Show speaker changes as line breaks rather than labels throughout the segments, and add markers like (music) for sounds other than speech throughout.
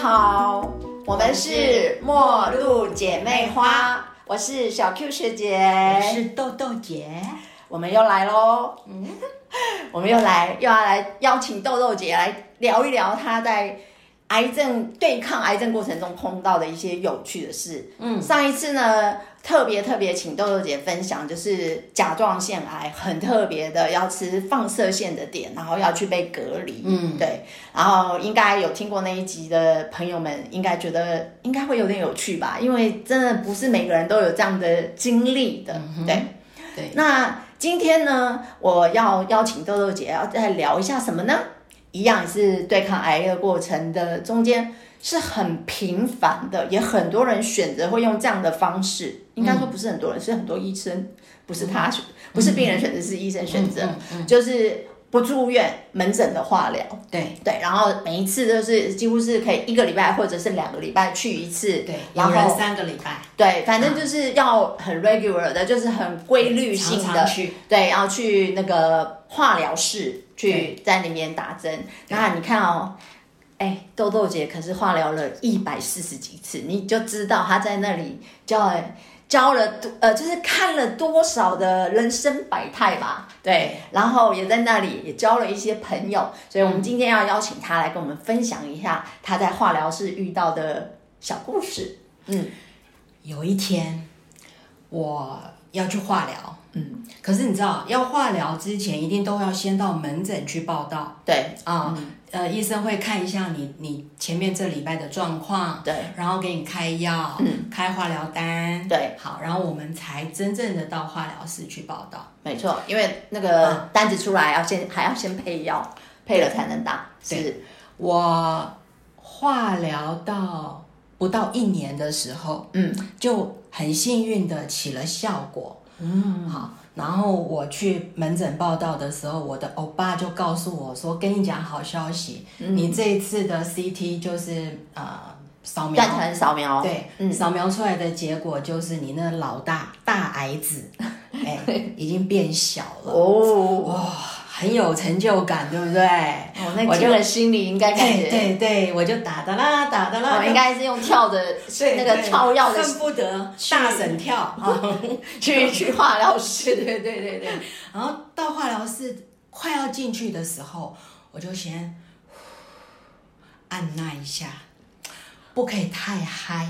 好，我们是陌路姐妹花，我是小 Q 学
我
姐，
是豆豆姐，
我们又来喽，嗯， (laughs) 我们又来又要来邀请豆豆姐来聊一聊她在癌症对抗癌症过程中碰到的一些有趣的事。嗯，上一次呢，特别特别请豆豆姐分享，就是甲状腺癌很特别的，要吃放射线的碘，然后要去被隔离。嗯，对。然后应该有听过那一集的朋友们，应该觉得应该会有点有趣吧，因为真的不是每个人都有这样的经历的。对，
对，
那今天呢，我要邀请豆豆姐要再聊一下什么呢？一样是对抗癌的过程的中间是很频繁的，也很多人选择会用这样的方式。应该说
嗯
不是很多人，是很多医生，不是他选，不是病人选择，是医生选
嗯
择，就是不住院门诊的化疗。
对
对，然后每一次都是几乎是可以一个礼拜或者是两个礼拜去一次，
对，
然
有
后
人三个礼拜，
对，反正就是要很 regular 的，就是很规律性的，
嗯常常去
对，要去那个化疗室去在那边打针。那你看哦，哎，豆豆姐可是化疗了一百四十几次，你就知道她在那里教教了多呃，就是看了多少的人生百态吧。对，然后也在那里也交了一些朋友，所以我们今天要邀请她来跟我们分享一下她在化疗室遇到的小故事。
有一天我要去化疗，嗯，可是你知道，要化疗之前一定都要先到门诊去报道
对，
啊、呃，医生会看一下你你前面这礼拜的状况，
对，
然后给你开药，嗯，开化疗单，
对，
好，然后我们才真正的到化疗室去报道。
没错，因为那
嗯
个单子出来要先还要先配药，配了才能打。是，
我化疗到不到一年的时候，
嗯，
就很幸运的起了效果，嗯，好。然后我去门诊报道的时候，我的欧巴就告诉我说：“跟你讲好消息，
嗯
你这一次的 CT 就是呃扫描
断层嗯扫描。
对，扫描出来的结果就是你那老大大
(laughs)
矮子，哎、已经变小了，
哦，
哇、很有成就感，对不对？
哦，那
我
几个
就
人心里应该感
对
觉，
对对，我就打的啦，打的啦，
我应该是用跳的
对嗯
那个
对
跳药的
恨不得大神跳啊！
(laughs) 去去化疗室。
对对对对对，然后到化疗室快要进去的时候，我就先按捺一下，不可以太嗨。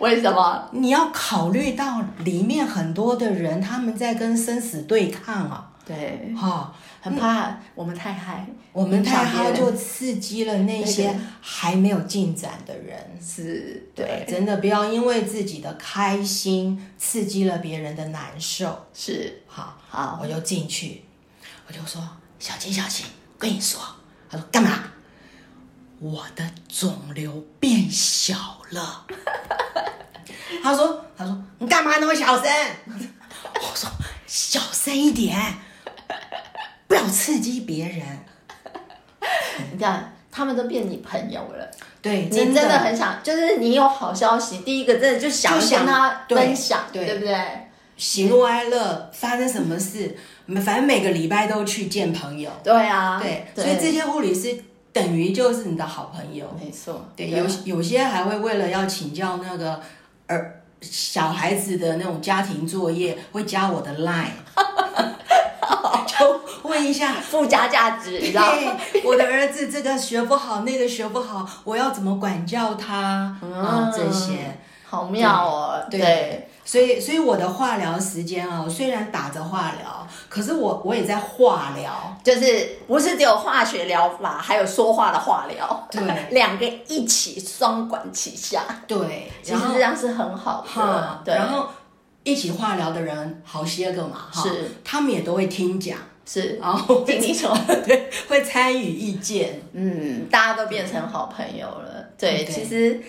为什么？
你要考虑到里面很多的人，他们在跟生死对抗啊！
对，
哈、
很怕我们太嗨，
我们太
影响别
嗨
人
就刺激了那
那
些
个
还没有进展的人。
是，对，
真的不要因为自己的开心刺激了别人的难受。
是
好，
好，
我就进去，我就说：“小青，小青，跟你说。”他说：“干嘛？”我的肿瘤变小了。 (laughs) 他说：“他说你干嘛那么小声？” (laughs) 我说：“小声一点，不要刺激别人。
你看。他们都变你朋友了，”
对，
你真的很想，就是你有好消息，第一个真的就想
就想
跟他
对
分享，
对
对不对？
喜怒哀乐，发生什么事，反正每个礼拜都去见朋友。
对啊，
对，所以这些护理师等于就是你的好朋友。
没错，
对，有有些还会为了要请教那个儿小孩子的那种家庭作业，会加我的 line，就问
(laughs)
一下。
附加价值，你知道？
嘿，我的儿子这个学不好，那个学不好，我要怎么管教他
嗯
啊？这些，
好妙哦，
对，所以所以我的化疗时间啊，我虽然打着化疗，可是我我也在化疗，
就是不是只有化学疗法，还有说话的化疗，
对
(laughs) 两个一起双管齐下，
对，
其
然
实
后
这样是很好的
哈，，
对，
然后一起化疗的人好些个嘛，哈，
是，
他们也都会听讲，
是 (laughs)
然后
听你说，
对，会参与意见，
嗯，大家都变成好朋友了，对，
嗯对嗯
其实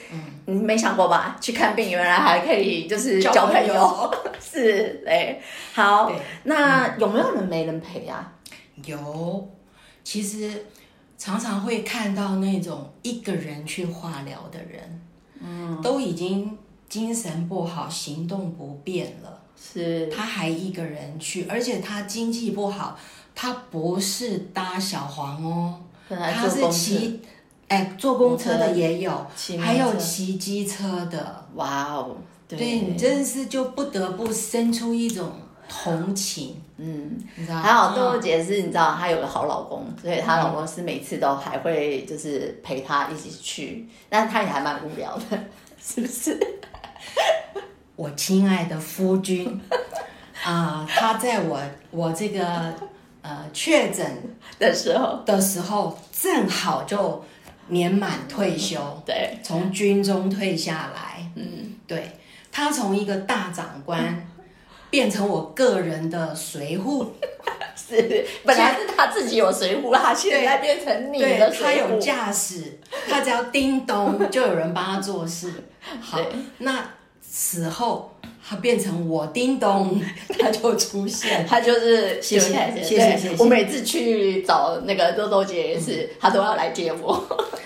你没想过吧？去看病原来还可以就是
交
(laughs) 交
朋
朋友 (laughs)
友，
是，哎，好
对，
那有没有人没人陪啊？
有，其实常常会看到那种一个人去化疗的人，嗯，都已经精神不好，行动不便了。
是，
他还一个人去，而且他经济不好，他不是搭小黄哦，
本来
他
坐
是
公车
骑哎，坐公车的也有
骑，
还
摩
有
托
骑机车的。
哇哦，对
对你真是就不得不生出一种同情，嗯，你知道吗？
还好豆豆姐是，你知道她有个好老公，所以她老公是每次都还会就是陪她一起去，但她也还蛮无聊的， (laughs) 是不是？
我亲爱的夫君， (laughs) 啊、他在我我这个呃确诊
的时候，
的时候，正好就年满退休，
对，
从军中退下来，嗯，对他从一个大长官变成我个人的随护，
是 (laughs) 本来是她自己有水壶啦，她现在变成你
对
的
他
水
有
壶，
驾驶，他只要叮
(laughs)
咚就有人帮他做事。好
对，
那此后他变成我叮咚，他就出现。
她就是
谢谢
对对
谢谢
对
谢谢
我每次去找那个豆豆姐也是，她都要来接我。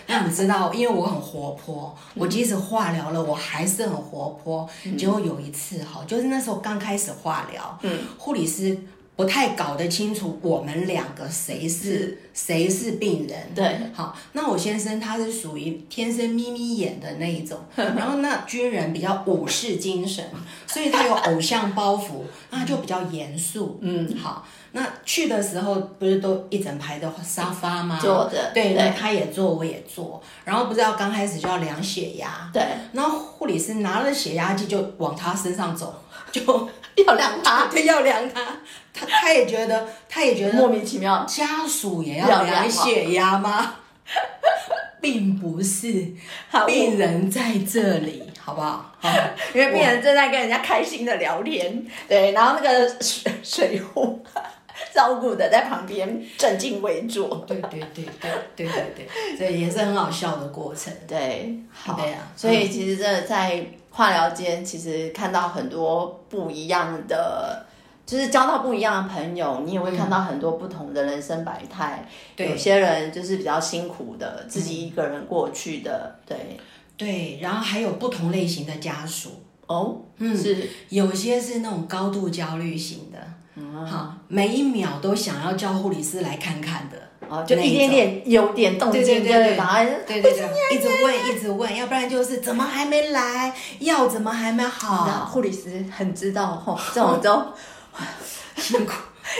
那你知道，因为我很活泼，
嗯
我即使化疗了，我还是很活泼。结果有一次哈，就是那时候刚开始化疗，
嗯
护理师不太搞得清楚我们两个谁是谁是病人。
对，
好，那我先生他是属于天生眯眯眼的那
(laughs)
一种，然后那军人比较武士精神，所以他有偶像包
(laughs)
袱，那他就比较严肃。嗯，好，那去的时候不是都一整排的沙发吗？
坐着对
对，那他也坐，我也坐，然后不知道刚开始就要量血压，
对，
然后护理师拿了血压计就往他身上走，就
要让她
对要量他，他他也觉得他也觉得
莫名其妙，
家属也要
要
量
量
血压吗？并不是，
好
病人在这里，好不好？好
因为病人正在跟人家开心的聊天，对，然后那个水水户 (laughs) 照顾的在旁边正襟危坐，
对对对对对对对，这也是很好笑的过程。
对，好，
对啊
所以其实真的在化疗间，其实看到很多不一样的。就是交到不一样的朋友，你也会看到很多不同的人生百态。
对
有些人就是比较辛苦的，自己一个人过去的。对，
嗯对，然后还有不同类型的家属，
哦，嗯，是，
有些是那种高度焦虑型的，
啊
好，每一秒都想要叫护理师来看看的，
哦，就
那
一点
种
点有点动
对
静，
对对对
然后
对对对，一直问一直问，要不然就是怎么还没来，药怎么还没
然后
好，
护理师很知道吼、这种都
辛苦，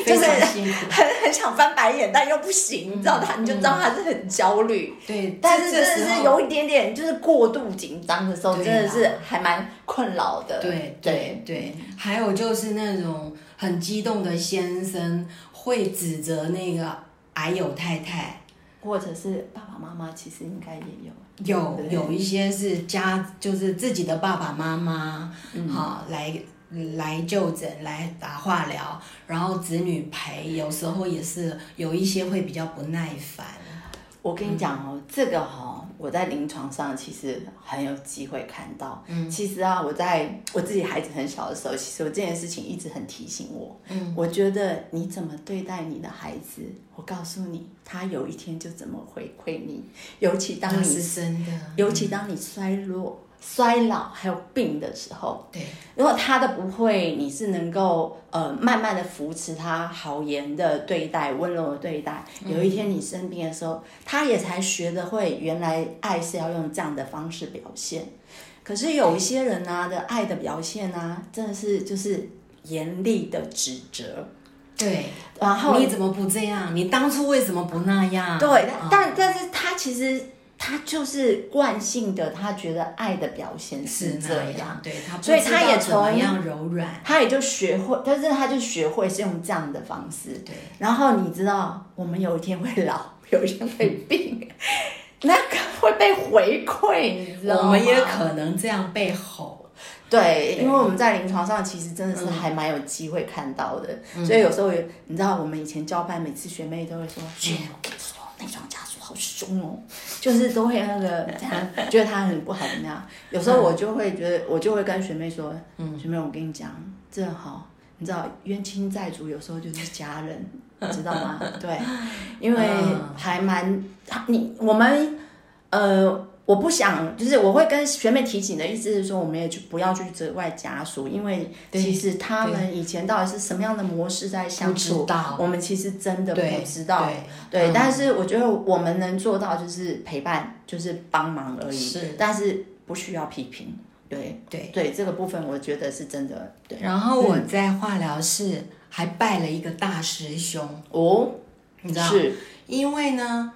就
非
是
常辛苦。
很 (laughs) 很想翻白眼，但又不行，你知道
嗯
他，你就知道他是很焦虑。
(laughs) 对，
但是真
这
的
时
是
候
有一点点，就是过度紧张的时候，
对
真
啦
的是还蛮困扰的。
对
对
对对，还有就是那种很激动的先生会指责那个癌友太太。
或者是爸爸妈妈其实应该也有。
有
对
有一些是家，就是自己的爸爸妈妈，
嗯
好、来来就诊，来打化疗，然后子女陪，有时候也是有一些会比较不耐烦。
我跟你讲哦，这个哦，我在临床上其实很有机会看到。嗯，其实啊，我在我自己孩子很小的时候，其实我这件事情一直很提醒我。嗯，我觉得你怎么对待你的孩子，我告诉你，他有一天就怎么回馈你。尤其当
那
你
是真的，
尤其当你衰弱、衰老还有病的时候，
对
如果他的不会，你是能够呃慢慢的扶持他，好言的对待，温柔的对待。有一天你生病的时候，他也才学得会，原来爱是要用这样的方式表现。可是有一些人呢、的爱的表现呢、啊真的是就是严厉的指责，
对，
然后
你怎么不这样？你当初为什么不那样？
对，
啊
但但是他其实他就是惯性的，他觉得爱的表现
是
是这
那
样，
对他不
所以
知
他
道
也
怎么
从
样柔软，
他也就学会，但是他就学会是用这样的方式。
对
然后你知道，我们有一天会老，有一天会病， (laughs) 那个会被回馈，你知道吗？
我们也可能这样被吼。
对，
对嗯
因为我们在临床上其实真的是还蛮有机会看到的，所以有时候也你知道，我们以前交班，每次学妹都会
嗯
说：“学、我跟你说，那双家属好凶哦， (laughs) 就是都会那个这样，觉得他很不好那样。”
嗯
有时候我就会觉得，我就会跟学妹说：“学妹，我跟你讲，这好，你知道冤亲债主有时候就是家人，你知道吗？对，因为
嗯
还蛮你我们呃。我不想，就是我会跟学妹提醒的意思是说，我们也去不要去责怪家属，因为
对
其实他们以前到底是什么样的模式在相
不知
处
道，
我们其实真的
对
不知道。对，
嗯
但是我觉得我们能做到就是陪伴，就是帮忙而已，
是
但是不需要批评。对
对
对，这个部分我觉得是真的。对
然后我
嗯
在化疗室还拜了一个大师兄，
哦，
你知道，
是
因为呢，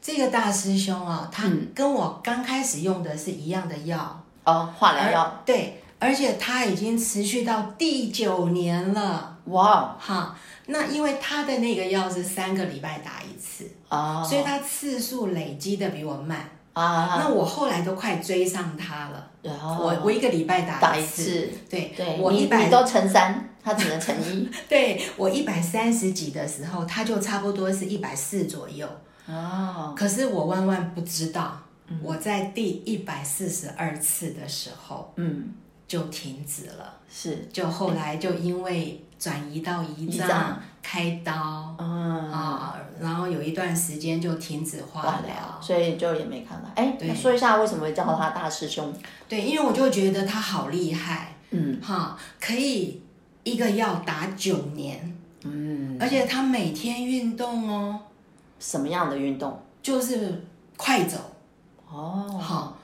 这个大师兄啊，他
嗯
跟我刚开始用的是一样的药，
哦，化疗药，
而对，而且他已经持续到第九年了。
哇
哈，那因为他的那个药是三个礼拜打一次，
啊
所以他次数累积的比我慢。
啊，
那我后来都快追上他了。
然后
我我一个礼拜打
打
一
一
次，
次，
对，
对，
我
你
一百
你都乘三，他只能乘一
对我一百三十几的时候，他就差不多是一百四左右。
哦。
可是我万万不知道，
嗯
我在第一百四十二次的时候
嗯，
就停止了，
是，
就后来就因为转移到胰
胰
脏
脏
开刀。
嗯，
啊，然后有一段时间就停止化疗。
所以就也没看到。哎，
对
那说一下为什么会叫他大师兄？
对，因为我就觉得他好厉害，
嗯
哈，可以一个药打九年，
嗯，
而且他每天运动哦，
什么样的运动？
就是快走，
哦，
哈，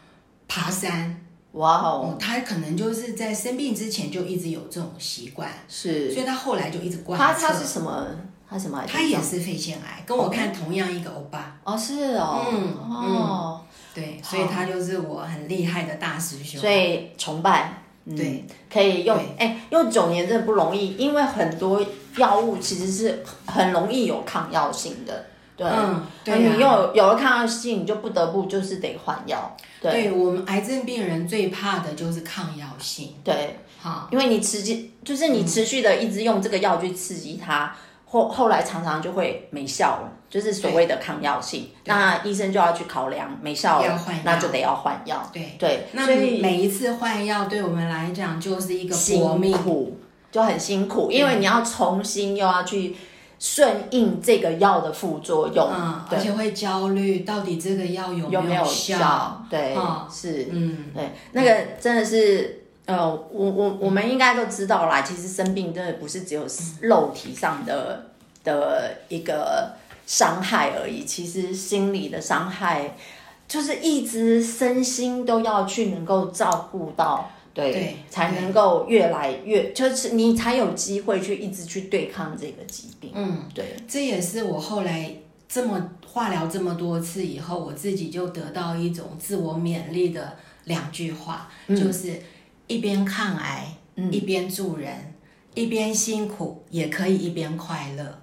爬山。
哇哦，
哦，他可能就是在生病之前就一直有这种习惯，
是
所以他后来就一直贯
他
彻。
他是什哦么？他什么癌症？
他也是肺腺癌，跟我看同样一个欧巴，
哦，是哦，
嗯
哦，
对，
好
所以他就是我很厉害的大师兄。
所以崇拜。嗯
对，
可以用
对
哎，用九年真的不容易，因为很多药物其实是很容易有抗药性的，对，
嗯，对、
你
呀。
又有有了抗药性，你就不得不就是得换药，对
对我们癌症病人最怕的就是抗药性，
对，
哈，
因为你持续就是你持续的一直用这个药去刺激它，后后来常常就会没效了，就是所谓的抗药性。那医生就要去考量没效
要
了
换药，
那就得要换药。
对。
对，
那
所以
每一次换药对我们来讲就是一个搏
辛
命，
苦就很辛苦，因为你要重新又要去顺应这个药的副作用，
嗯，而
对，
且会焦虑，到底这个药有
又
没
没有
效？
效，对
嗯，
是。
嗯，
对，那个真的是，呃，我我我们应该都知道啦。其实生病真的不是只有肉体上的的一个伤害而已，其实心理的伤害，就是一直身心都要去能够照顾到。对，
对
才
对
能够越来越，就是你才有机会去一直去对抗这个疾病。嗯，对，
这也是我后来这么化疗这么多次以后，我自己就得到一种自我勉励的两句话，
嗯
就是一边抗癌，一边助人，一边辛苦，也可以一边快乐。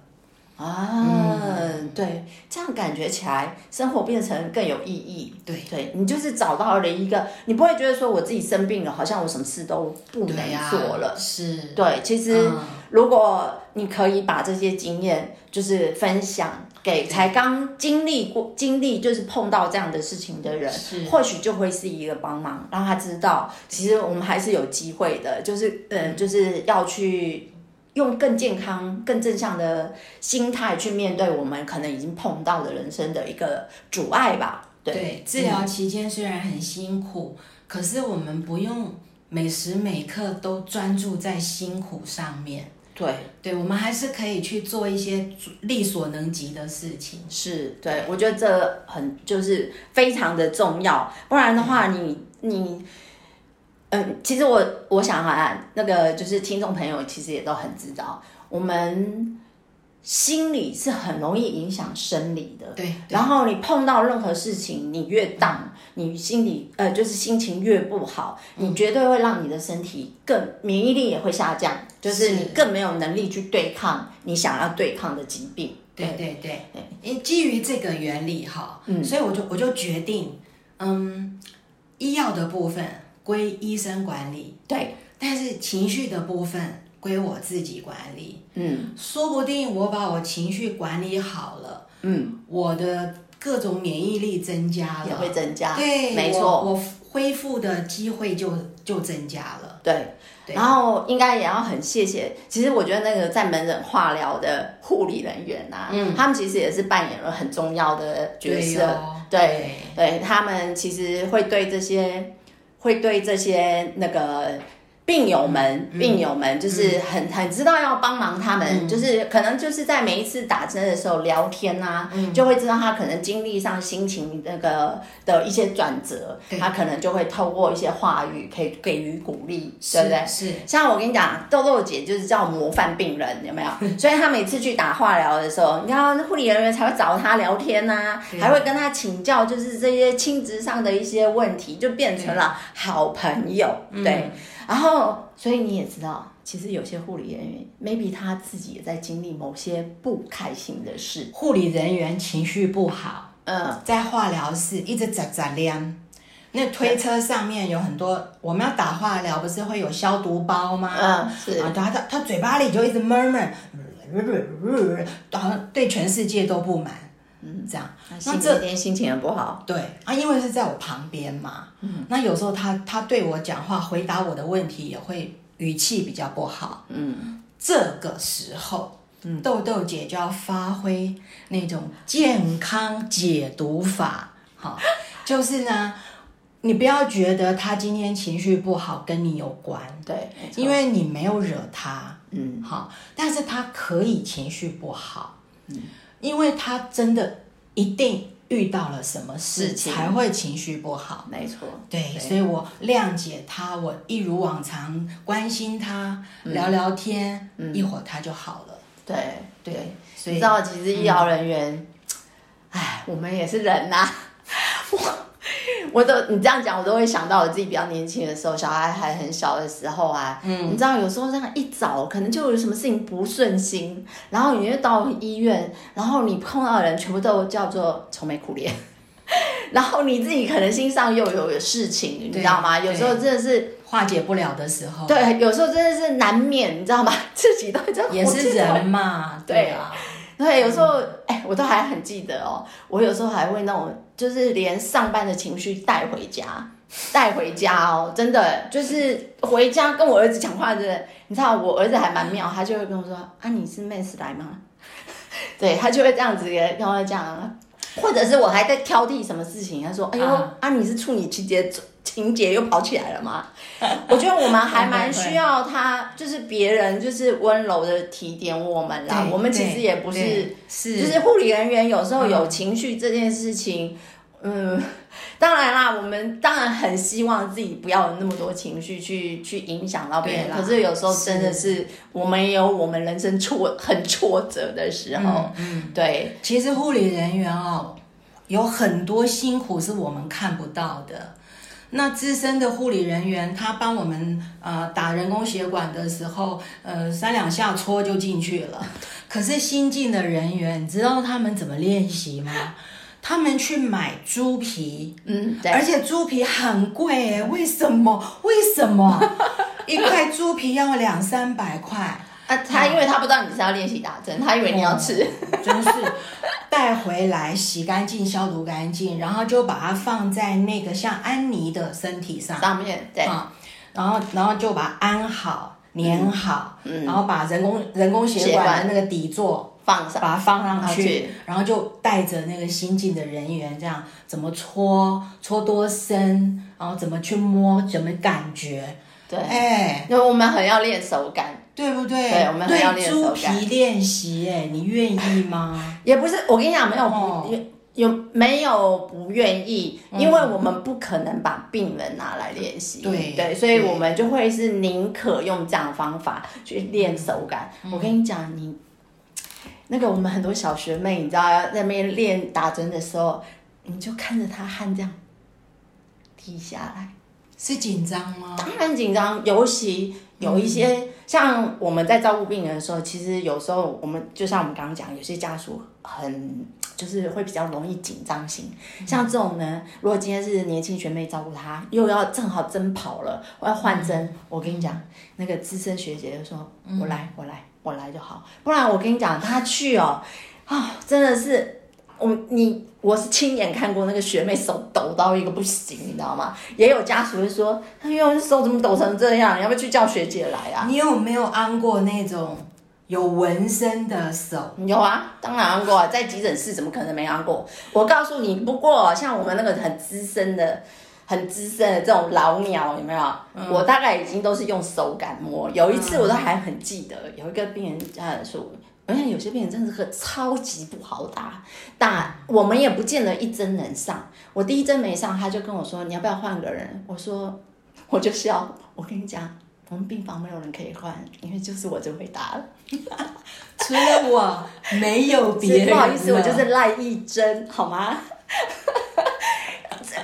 啊，
嗯
对，这样感觉起来生活变成更有意义。
对
对，你就是找到了一个，你不会觉得说我自己生病了，好像我什么事都不能
对呀、
做了。
是。
对，其实
嗯
如果你可以把这些经验就是分享给才刚经历过、经历就是碰到这样的事情的人
嗯是，
或许就会是一个帮忙，让他知道其实我们还是有机会的，就是
嗯
呃，就是要去。用更健康、更正向的心态去面对我们可能已经碰到的人生的一个阻碍吧。对，嗯
对，治疗期间虽然很辛苦，可是我们不用每时每刻都专注在辛苦上面。
对，
对，我们还是可以去做一些力所能及的事情。
是对，我觉得这很就是非常的重要，不然的话你，你嗯，其实我我想啊，那个就是听众朋友其实也都很知道，我们心理是很容易影响生理的。
对，嗯
然后你碰到任何事情，你越荡，你心里呃就是心情越不好，
嗯
你绝对会让你的身体更免疫力也会下降，就是你
是
更没有能力去对抗你想要对抗的疾病。
对对对，因为基于这个原理哈，
嗯
所以我就我就决定，嗯，医药的部分归医生管理，
对，
但是情绪的部分归我自己管理。
嗯。
说不定我把我情绪管理好了，嗯，我的各种免疫力增加了，
也会增加，
对，
没
我
错，
我恢复的机会就就增加了。
对，
对
然后应该也要很谢谢，其实我觉得那个在门诊化疗的护理人员啊，嗯，他们其实也是扮演了很重要的角
对
色，
哦
对对他们其实会对这些会对这些那个。病友们，
嗯
病友们就是很很知道要帮忙他们，就是可能就是在每一次打针的时候聊天啊，
嗯
就会知道他可能经历上、心情那个的一些转折，
对
他可能就会透过一些话语可以给予鼓励，
是
对不对？
是，
像我跟你讲，豆豆姐就是叫模范病人，有没
(laughs)
有？所以她每次去打化疗的时候，你看护理人员才会找她聊天呐、
对
还会跟她请教，就是这些亲职上的一些问题，就变成了好朋友。对，
嗯
然后所以你也知道，其实有些护理人员，maybe 他自己也在经历某些不开心的事。
护理人员情绪不好，
嗯，
在化疗室一直咋咋亮。那推车上面有很多，我们要打化疗，不是会有消毒包吗？
嗯是
啊，他他他嘴巴里就一直 murmur，好像对全世界都不满，嗯，这样。那
那
这
这天心情很不好。
对啊，因为是在我旁边嘛，嗯，那有时候他他对我讲话，回答我的问题也会语气比较不好，嗯，这个时候，嗯，豆豆姐就要发挥那种健康解读法，好，就是呢，你不要觉得他今天情绪不好跟你有关，
对，
因为你没有惹他，
嗯，
好，但是他可以情绪不好，嗯，因为他真的一定遇到了什么事
事情
才会情绪不好，
没错，
对，所以我谅解他，我一如往常关心他，
嗯
聊聊天，一会儿他就好了，
对
对，所
你知
以
道，其实医疗人员，哎、我们也是人呐、 (laughs) 我我都你这样讲，我都会想到我自己比较年轻的时候，小孩还很小的时候啊。嗯，你知道有时候这样一早，可能就有什么事情不顺心，然后你就到医院，然后你碰到的人全部都叫做愁眉苦脸， (laughs) 然后你自己可能心上又有有事情，你知道吗？
对
有时候真的是
化解不了的时候，，
对，有时候真的是难免，你知道吗？ (laughs) 自己都在
也
火
是
气
人嘛，对啊，
对，有时候哎、我都还很记得哦，我有时候还会那种，就是连上班的情绪带回家，带回家哦，真的就是回家跟我儿子讲话真的，你知道我儿子还蛮妙，他就会跟我说啊，你是 mens 来吗？ (laughs) 对他就会这样子跟我讲，啊或者是我还在挑剔什么事情，他说哎呦
啊
啊你是处女情节情节又跑起来了吗？ (laughs) 我觉得我们还蛮需要他，就是别人就是温柔的提点我们啦
对。
我们其实
对
也不是
对是嗯
就是护理人员有时候有情绪这件事情，嗯，当然啦，我们当然很希望自己不要有那么多情绪去去影响到别
对
人，
啦
可是有时候真的是我们也有我们人生挫很挫折的时候，
嗯
对，
其实护理人员哦，有很多辛苦是我们看不到的。那资深的护理人员，他帮我们呃打人工血管的时候，呃三两下戳就进去了。可是新进的人员，你知道他们怎么练习吗？他们去买猪皮，
嗯，对，
而且猪皮很贵耶，为什么？为什么？一块猪皮要两三百块。
啊，他
嗯
因为他不知道你是要练习打针，他以为你
哦
要吃， (laughs)
(laughs) 真是带回来洗干净、消毒干净，然后就把它放在那个像安妮的身体上，
上面对，
啊，然后然后就把它安好、粘好，
嗯
然后把人工人工血管的那个底座
放上，
把它放上
上
去
嗯去，
然后就带着那个新进的人员这样怎么搓、搓多深，然后怎么去摸、怎么感觉，
对，
哎。
因为我们很要练手感，
对不对？
对我们还要练
猪
手
皮
感
练习，哎，你愿意吗？
也不是，我跟你讲，没有不、
哦嗯
有有没有不愿意，因为我们不可能把病人拿来练习，
对
对，所以
对
我们就会是宁可用这样的方法去练手感。
嗯
我跟你讲，你那个我们很多小学妹，你知道在那边练打针的时候，你就看着她汗这样滴下来。
是紧张吗？
当然紧张，尤其有一些、像我们在照顾病人的时候，其实有时候我们就像我们刚刚讲，有些家属很就是会比较容易紧张型。像这种呢，如果今天是年轻学妹照顾她，又要正好针跑了，我要换针，我跟你讲，那个资深学姐就说：“我来，我来，我来就好。”不然我跟你讲，她去哦，啊、真的是。我你我是亲眼看过那个学妹手抖到一个不行，你知道吗？也有家属会说，哎呦，手怎么抖成这样？你要不要去叫学姐来啊？
你有没有按过那种有纹身的手？
有啊，当然按过啊，在急诊室怎么可能没按过？我告诉你，不过像我们那个很资深的、很资深的这种老鸟，有没有？我大概已经都是用手感摸。有一次我都还很记得，有一个病人家人说，而且有些病人真的是超级不好打，打我们也不见得一针能上。我第一针没上，他就跟我说你要不要换个人？我说我就笑，我跟你讲，我们病房没有人可以换，因为就是我最会打了。
除了我，没有别人了。啊
不好意思，我就是赖一真，好吗？ (laughs)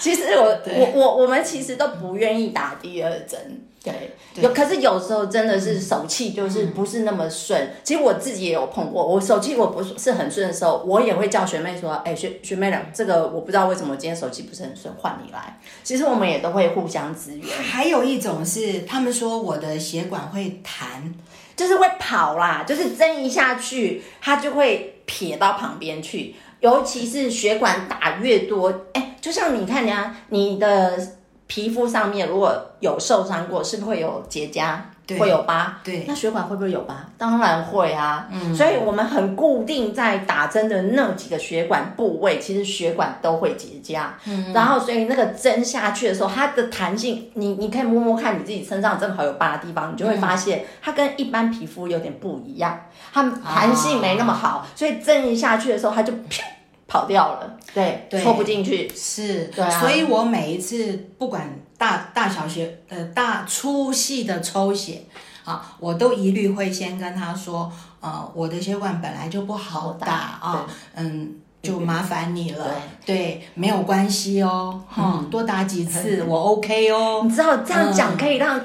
其实我
对
我我我们其实都不愿意打第二针，对，有可是有时候真的
嗯
是手气就是不是那么顺。其实我自己也有碰过，我手气我不是很顺的时候，我也会叫学妹说，哎、学学妹了，这个我不知道为什么我今天手气不是很顺，换你来。其实我们也都会互相支援，
还有一种是，他们说我的血管会弹，
就是会跑啦，就是针一下去，它就会撇到旁边去。尤其是血管打越多，哎、就像你看呀，你的皮肤上面如果有受伤过，是不是会有结痂，
对
会有疤？
对，
那血管会不会有疤？当然会啊。嗯，所以我们很固定在打针的那几个血管部位，其实血管都会结痂。嗯，然后所以那个针下去的时候，它的弹性，你你可以摸摸看你自己身上正好有疤的地方，你就会发现它跟一般皮肤有点不一样，它弹性没那么好，所以针一下去的时候，它就啪跑掉了，对，
对
戳不进去。
是，
对啊
所以我每一次不管大大小血，呃，大粗细的抽血啊，我都一律会先跟他说，呃，我的血管本来就不好打啊，嗯。就麻烦你了，对，没有关系哦，哈、多打几 (laughs) 次、我 OK 哦，
你知道这样讲可以让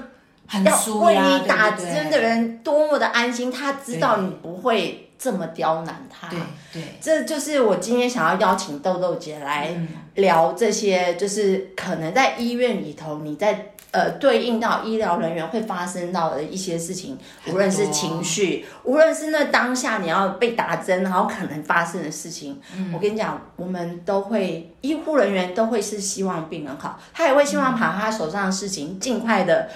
很
要
舒
为
压，
你打
对不对
针的人多么的安心，他知道你不会这么刁难他。
对对，
这就是我今天想要邀请豆豆姐来
嗯
聊这些，就是可能在医院里头，你在呃对应到医疗人员会发生到的一些事情，
很多
无论是情绪，无论是那当下你要被打针，然后可能发生的事情，
嗯
我跟你讲，我们都会医护人员都会是希望病人好，他也会希望把他手上的事情尽快的。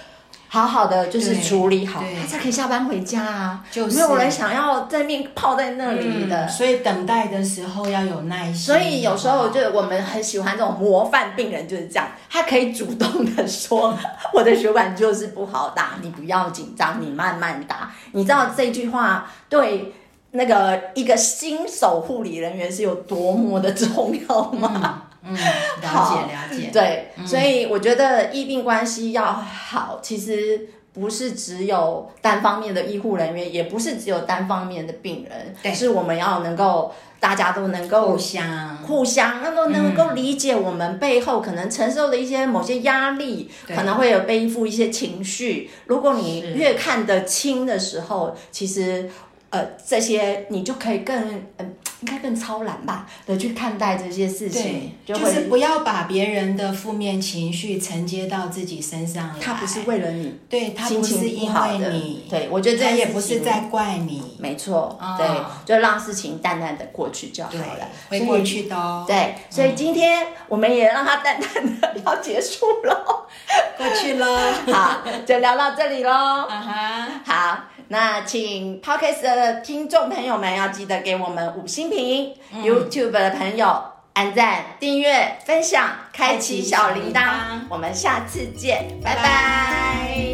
好好的就是
对
处理好
对，
他才可以下班回家啊。
就是
没有人想要在面泡在那里的，
嗯所以等待的时候要有耐心。
所以有时候就我们很喜欢这种模范病人，就是这样，他可以主动的说：“我的血管就是不好打，你不要紧张，你慢慢打。”你知道这句话对那个一个新手护理人员是有多么的重要吗？(laughs)
嗯，了
好
解了解。
对，所以我觉得医病关系要好，其实。不是只有单方面的医护人员，也不是只有单方面的病
对
人，是我们要能够大家都能够
互相
互相能够能够理解我们背后可能承受的一些某些压力，
对
可能会有背负一些情绪。如果你
是
越看得清的时候，其实呃这些你就可以更嗯、应该更超然吧的去看待这些事
对
情，，就
就
会、
是不要把别人的负面情绪承接到自己身上来。
他不是为了你
(laughs) 对他
心
不是
情不
因
好
为
的
你，，
对我觉得这
他
件
也
事
不是
情
在怪你，
没错，
啊
对，就让事情淡淡的过去就好
对
了，，
会
所以
过去的哦，
对，所以今天我们也让它淡淡的要结束了。
过去
(laughs)
了。
好，就聊到这里喽。
啊哈，
好，那请 Podcast 的听众朋友们要记得给我们五星评、YouTube 的朋友按赞、订阅、分享、开启小铃铛
开启小铃铛。
我们下次见，拜
拜
拜